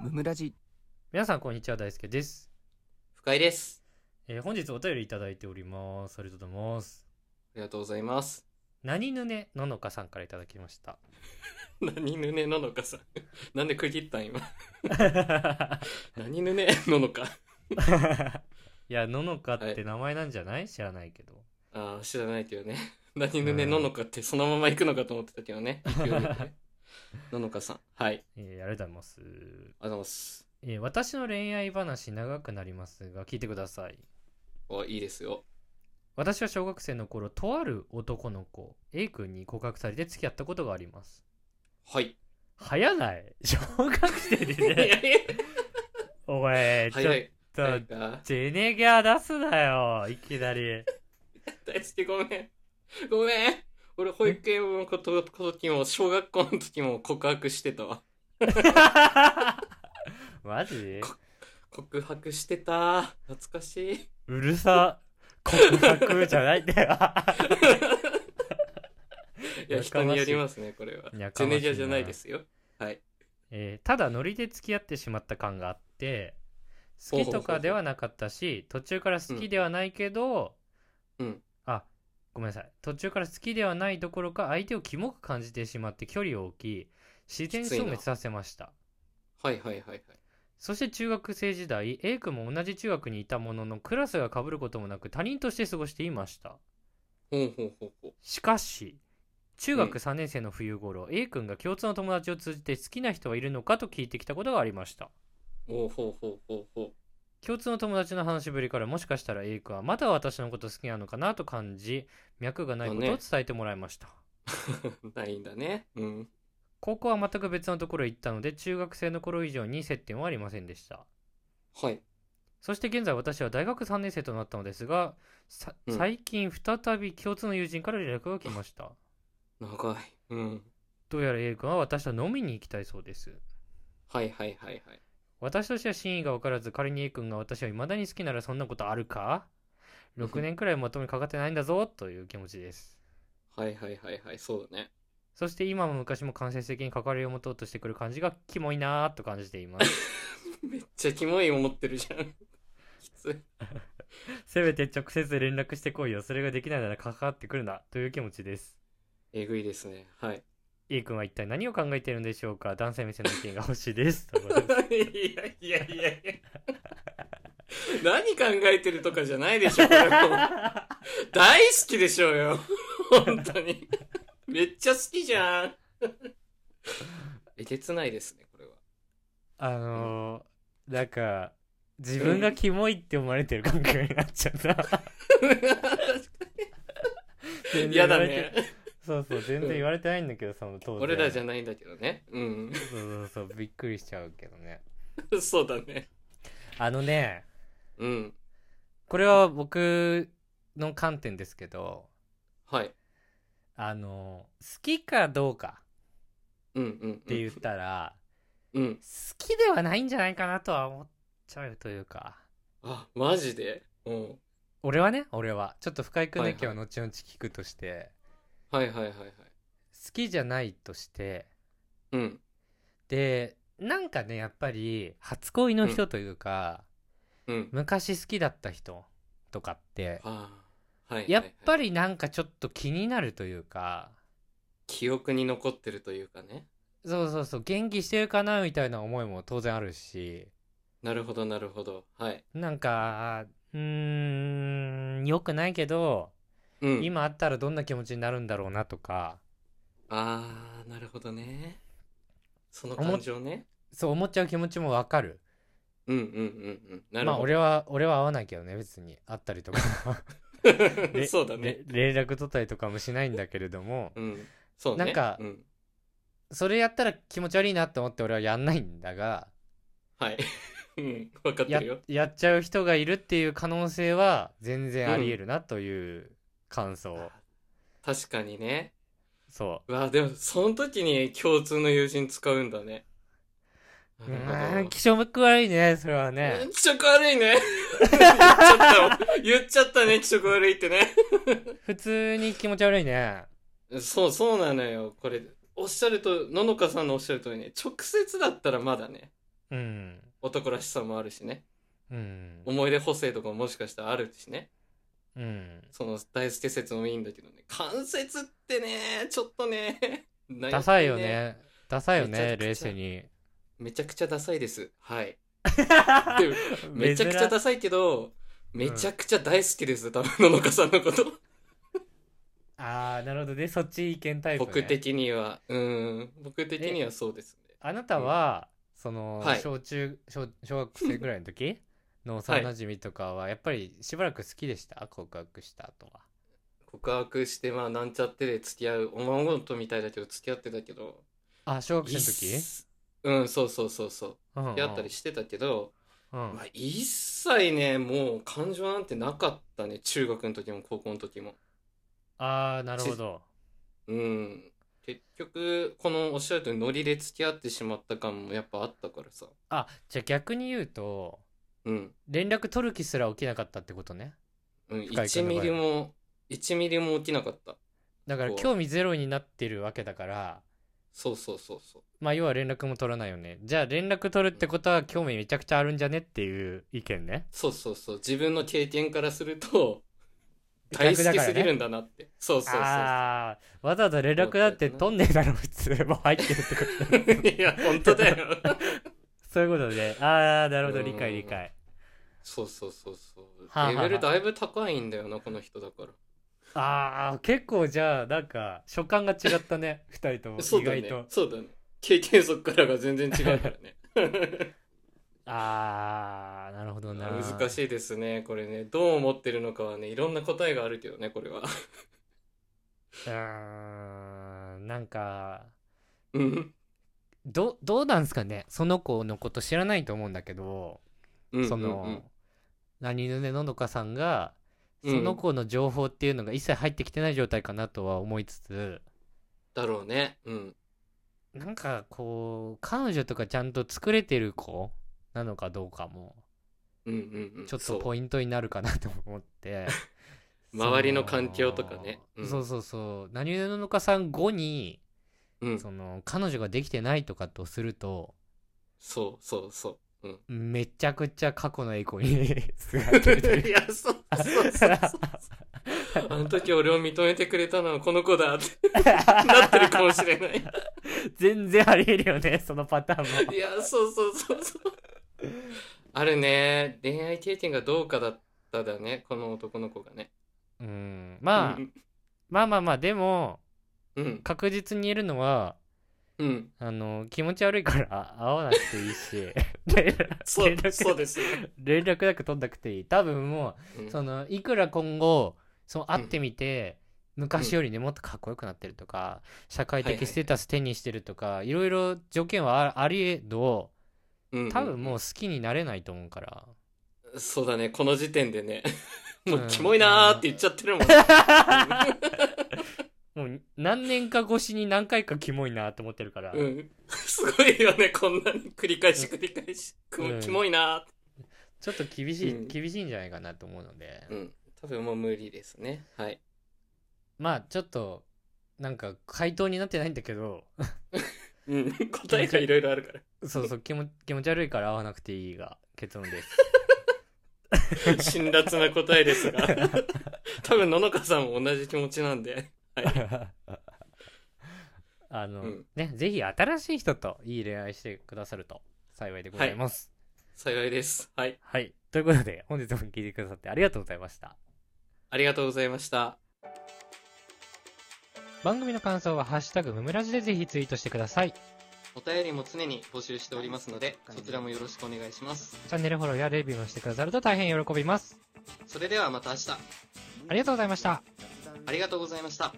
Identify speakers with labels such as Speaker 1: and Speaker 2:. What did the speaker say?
Speaker 1: ムムラジ
Speaker 2: 皆さんこんにちは大輔です、
Speaker 3: 深井です。
Speaker 2: えー本日お便りいただいておりますありがとうございます
Speaker 3: ありがとうございます。
Speaker 2: 何ぬねののかさんからいただきました
Speaker 3: 何ぬねののかさん。 なんで区切ったん今。 何ぬねののか。
Speaker 2: いやののかって名前なんじゃない、知らないけど
Speaker 3: ああ、知らないけどね。何ぬねののかってそのまま行くのかと思ってたけど ね。勢いよくねののかさん。はい。
Speaker 2: えーありがとうございます、
Speaker 3: ありがとうございます。
Speaker 2: えー私の恋愛話長くなりますが聞いてください
Speaker 3: お、いいですよ。
Speaker 2: 私は小学生の頃とある男の子 A 君に告白されて付き合ったことがあります
Speaker 3: はい。
Speaker 2: 早ない小学生で ねおいちょっ
Speaker 3: 早い。
Speaker 2: と、
Speaker 3: 早いか。
Speaker 2: ジェネギャー出すなよいきなり
Speaker 3: 大好きごめん。ごめん。俺、保育園のこと時も、小学校の時も告白してたわ。
Speaker 2: マジ
Speaker 3: こ告白してた。懐かしい。
Speaker 2: うるさ告白じゃないんだよ
Speaker 3: いや、
Speaker 2: やかま
Speaker 3: 人
Speaker 2: しい
Speaker 3: によりますね、これは。
Speaker 2: や
Speaker 3: ジ
Speaker 2: かましい
Speaker 3: ェ
Speaker 2: な
Speaker 3: ネギャじゃないですよ。はい。
Speaker 2: えーただノリで付き合ってしまった感があって好きとかではなかったし途中から好きではないけど、
Speaker 3: うん
Speaker 2: あごめんなさい途中から好きではないどころか相手をキモく感じてしまって距離を置き自然消滅させました
Speaker 3: はいはいはいはい。
Speaker 2: そして中学生時代 A 君も同じ中学にいたもののクラスが被ることもなく他人として過ごしていました
Speaker 3: ほうほうほうほう。
Speaker 2: しかし中学3年生の冬頃、A 君が共通の友達を通じて好きな人はいるのかと聞いてきたことがありました
Speaker 3: ほうほうほうほうほ
Speaker 2: 共通の友達の話しぶりからもしかしたら A 君はまだ私のこと好きなのかなと感じ脈がないことを
Speaker 3: まあ
Speaker 2: 伝
Speaker 3: ね
Speaker 2: えてもらいました、
Speaker 3: う。 ないんだね。うん。
Speaker 2: 高校は全く別のところへ行ったので中学生の頃以上に接点はありませんでした
Speaker 3: はい。
Speaker 2: そして現在私は大学3年生となったのですがさ
Speaker 3: うん
Speaker 2: 最近再び共通の友人から連絡が来ました、
Speaker 3: 長い。うん。
Speaker 2: どうやら A 君は私と飲みに行きたいそうです
Speaker 3: はいはいはいはい。
Speaker 2: 私としては真意が分からず仮に A 君が私を未だに好きならそんなことあるか ?6 年くらいまとめかかってないんだぞという気持ちです。
Speaker 3: はいはいはいはい。そうだね。
Speaker 2: そして今も昔も間接的に関わりを持とうとしてくる感じがキモいなーと感じています。
Speaker 3: めっちゃキモい思ってるじゃん。きつい。
Speaker 2: せめて直接連絡してこいよ。それができないなら関わってくるなという気持ちです。
Speaker 3: えぐいですね。はい。
Speaker 2: A 君は一体何を考えているのでしょうか男性目線の意見が欲しい です。ということで
Speaker 3: いやいやいやいや。何考えてるとかじゃないでしょ、これも。大好きでしょうよ。本当に。めっちゃ好きじゃん。えげつないですね、これは。
Speaker 2: あのー、なんか、自分がキモいって思われてる感覚になっちゃ った。全然
Speaker 3: 嫌だ
Speaker 2: 言われて
Speaker 3: ね。
Speaker 2: そうそう、全然言われてないんだけど、その当然。
Speaker 3: 俺らじゃ
Speaker 2: ん。
Speaker 3: ないんだけどね。うん。
Speaker 2: そうそうそう、びっくりしちゃうけどね。
Speaker 3: そうだね。
Speaker 2: あのね、
Speaker 3: うん。
Speaker 2: これは僕の観点ですけど、
Speaker 3: はい。
Speaker 2: あの、好きかどうか
Speaker 3: うんうん、うん。
Speaker 2: って言ったら、
Speaker 3: うん。
Speaker 2: 好きではないんじゃないかなとは思っちゃうというか、
Speaker 3: あ、マジでうん。
Speaker 2: 俺はね、俺は、ちょっと深井君の意見
Speaker 3: は
Speaker 2: を
Speaker 3: い
Speaker 2: 後々聞くとして、
Speaker 3: はいはいはいはい。
Speaker 2: 好きじゃないとして、
Speaker 3: うん。
Speaker 2: で、なんかね、やっぱり、初恋の人というか、
Speaker 3: うん。
Speaker 2: 昔好きだった人とかって、
Speaker 3: ああ。はいはい、はい。
Speaker 2: やっぱ
Speaker 3: り。
Speaker 2: りなんかちょっと気になるというか、
Speaker 3: 記憶に残ってるというかね。
Speaker 2: そうそうそう、元気してるかなみたいな思いも当然あるし、
Speaker 3: なるほどなるほど。はい。
Speaker 2: なんか、うーん、良くないけど、
Speaker 3: うん。。
Speaker 2: 今あったらどんな気持ちになるんだろうなとか、
Speaker 3: ああ、なるほどね。その
Speaker 2: 思っ
Speaker 3: 感情ね。
Speaker 2: そう思っちゃう気持ちもわかる。
Speaker 3: うんうんうんうん。なる
Speaker 2: まあ
Speaker 3: ほど。
Speaker 2: 俺は、俺は会わないけどね、別に。会ったりとか。 れ
Speaker 3: そうだね。
Speaker 2: れ連絡取ったりとかもしないんだけれども、
Speaker 3: うん。そうね。
Speaker 2: なんか
Speaker 3: うん。
Speaker 2: それやったら気持ち悪いなと思って俺はやんないんだが、
Speaker 3: はい。 うん。わかって
Speaker 2: や
Speaker 3: るよ。
Speaker 2: やっちゃう人がいるっていう可能性は全然あり得るなという感想、
Speaker 3: 確かにね。
Speaker 2: そう
Speaker 3: わ、でも、その時に共通の友人使うんだね。
Speaker 2: うう
Speaker 3: なる
Speaker 2: ー
Speaker 3: ほ
Speaker 2: ん
Speaker 3: ど
Speaker 2: 気性く悪いねそれはね
Speaker 3: 気色悪いね。言っちゃったよ言っちゃったね、気色悪いってね。
Speaker 2: 普通に気持ち悪いね
Speaker 3: そう、そうなのよ。これ、おっしゃると、ののかさんのおっしゃる通りね、直接だったらまだね、
Speaker 2: ううん。
Speaker 3: 男らしさもあるしね。
Speaker 2: うん。
Speaker 3: 思い出補正とかももしかしたらあるしね。
Speaker 2: うん。
Speaker 3: その大輔説もいいんだけどね。関節ってね、ちょっとね。 悩み
Speaker 2: ダサいよ。ね。ダサいよ
Speaker 3: めちゃ
Speaker 2: ね、
Speaker 3: くちゃ
Speaker 2: 冷静に。
Speaker 3: めちゃくちゃダサいです。 はい。でもめちゃくちゃダサいけど、めちゃくちゃ大好きです。多分、野中さんのこと。
Speaker 2: ああ、なるほどね。そっち意見タイプ、ね。
Speaker 3: 僕的には。うん。僕的にはそうですね。
Speaker 2: あなたは、その、
Speaker 3: はい
Speaker 2: 小中小、小学生ぐらいの 時の幼馴染とかは、やっぱりしばらく好きでした告白した後は。
Speaker 3: 告白して、まあ、なんちゃってで付き合う。おまごとみたいだけど、付き合ってたけど。
Speaker 2: あ、小学生の
Speaker 3: いっ
Speaker 2: 時
Speaker 3: すうん、そうそうそうそ
Speaker 2: う
Speaker 3: う。
Speaker 2: んうん
Speaker 3: 付き合ったりしてたけど、
Speaker 2: うん
Speaker 3: まあ、一切ね、もう感情なんてなかったね。中学の時も高校の時も。
Speaker 2: ああ、なるほど。
Speaker 3: うん。結局、このおっしゃるとりノリで付き合ってしまった感もやっぱあったからさ。
Speaker 2: あ、じゃあ逆に言うと、
Speaker 3: うん。
Speaker 2: 連絡取る気すら起きなかったってことね。
Speaker 3: うん、
Speaker 2: 深い
Speaker 3: 1
Speaker 2: 感
Speaker 3: ミ
Speaker 2: の場合
Speaker 3: リも、1ミリも起きなかった。
Speaker 2: だから
Speaker 3: そう
Speaker 2: 興味ゼロになってるわけだから、
Speaker 3: そうそうそうそう。
Speaker 2: まあ要は連絡も取らないよね。じゃあ連絡取るってことは興味めちゃくちゃあるんじゃねっていう意見ね。
Speaker 3: そうそうそう。自分の経験からすると、
Speaker 2: 逆だか
Speaker 3: 大
Speaker 2: らね
Speaker 3: 好きすぎるんだなって。そうそうそう
Speaker 2: ああ、わざわざ連絡だって取んねえだろ、普通。もう入ってるってこと。
Speaker 3: そう。 いや、本当だよ。
Speaker 2: そういうことで。ああ、なるほど、
Speaker 3: うん
Speaker 2: 理解理解。
Speaker 3: そうそうそうそう
Speaker 2: はあは。あ
Speaker 3: レベルだいぶ高いんだよな、この人だから。
Speaker 2: ああ、結構じゃあ、なんか、所感が違ったね、二人とも。
Speaker 3: そう
Speaker 2: 意
Speaker 3: だ
Speaker 2: 外
Speaker 3: ね
Speaker 2: と。。
Speaker 3: そうだね。経験則からが全然違うからね。
Speaker 2: ああ、なるほ どな。
Speaker 3: 難しいですね、これね。どう思ってるのかはね、いろんな答えがあるけどね、これは。
Speaker 2: う ーん、なんか、
Speaker 3: うん。
Speaker 2: ど、どうなんすかね。その子のこと知らないと思うんだけど、
Speaker 3: うん
Speaker 2: その、
Speaker 3: うんうん
Speaker 2: 何ぬねののかさんが、
Speaker 3: うん
Speaker 2: その子の情報っていうのが一切入ってきてない状態かなとは思いつつ、
Speaker 3: だろうね。うん。
Speaker 2: なんかこう、彼女とかちゃんと作れてる子なのかどうかも、
Speaker 3: うんうんうん。
Speaker 2: ちょっ
Speaker 3: そ
Speaker 2: と
Speaker 3: う
Speaker 2: ポイントになるかなと思って。
Speaker 3: 周りの環境とかね
Speaker 2: その
Speaker 3: うん
Speaker 2: そうそうそう。何ゆののかさん後に、
Speaker 3: うん。
Speaker 2: その、彼女ができてないとかとすると、
Speaker 3: そうそうそう。うん。
Speaker 2: めちゃくちゃ過去の栄光に すがってるという
Speaker 3: いや、そうそうそうそう。あの時俺を認めてくれたのはこの子だってなってるかもしれない。い
Speaker 2: 全然あり得るよね、そのパター ンも。
Speaker 3: や、そうそうそうそう。あるね。恋愛経験がどうかだっただね。この男の子がね。
Speaker 2: うん。まあ
Speaker 3: う、ん
Speaker 2: まあまあまあ、でも、
Speaker 3: うん。
Speaker 2: 確実に言えるのは、
Speaker 3: うん。
Speaker 2: あの、気持ち悪いから会わなくていい し、で
Speaker 3: そう
Speaker 2: 連、絡
Speaker 3: そうですね。
Speaker 2: 連絡なく取んなくていい多分も
Speaker 3: うん
Speaker 2: うそのいくら今後その会ってみて、昔よりねもっとかっこよくなってるとか、社会
Speaker 3: はいはいは
Speaker 2: 的
Speaker 3: い
Speaker 2: ステータス手にしてるとか、いろいろ条件はあありえど
Speaker 3: うん
Speaker 2: 多分もう好きになれないと思うから、
Speaker 3: そうだね、この時点でね。も
Speaker 2: う
Speaker 3: う、
Speaker 2: ん
Speaker 3: キモいなーって言っちゃってるもん。
Speaker 2: もう何年か越しに何回かキモいなと思ってるから、
Speaker 3: うん。すごいよね、こんなに繰り返し繰り返し。く
Speaker 2: うん
Speaker 3: キモいな
Speaker 2: ちょっと厳しい、
Speaker 3: うん
Speaker 2: 厳しいんじゃないかなと思うので、
Speaker 3: ーうん。多分もう無理ですね。はい。
Speaker 2: まあちょっとなんか回答になってないんだけ ど
Speaker 3: うん。答えがいろいろあるから。
Speaker 2: そうそう気も気持ち悪いから会わなくていいが結論 です
Speaker 3: 辛辣な答えで すが。多分、野々花さんも同じ気持ちなんで。
Speaker 2: あの、
Speaker 3: うん
Speaker 2: ね、ぜひ新しい人といい恋愛してくださると幸いでございます。
Speaker 3: 幸いです。はい。
Speaker 2: はい。ということで、本日も聞いてくださってありがとうございました。
Speaker 3: ありがとうございました。
Speaker 2: 番組の感想は、ハッシュタグムムラジでぜひツイートしてください。チ
Speaker 3: お便りも常に募集しておりますので、そちらもよろしくお願いします。
Speaker 2: ャンネルフォローやレビューもしてくださると大変喜びます。
Speaker 3: それではまた明日。
Speaker 2: ありがとうございました。
Speaker 3: ありがとうございました。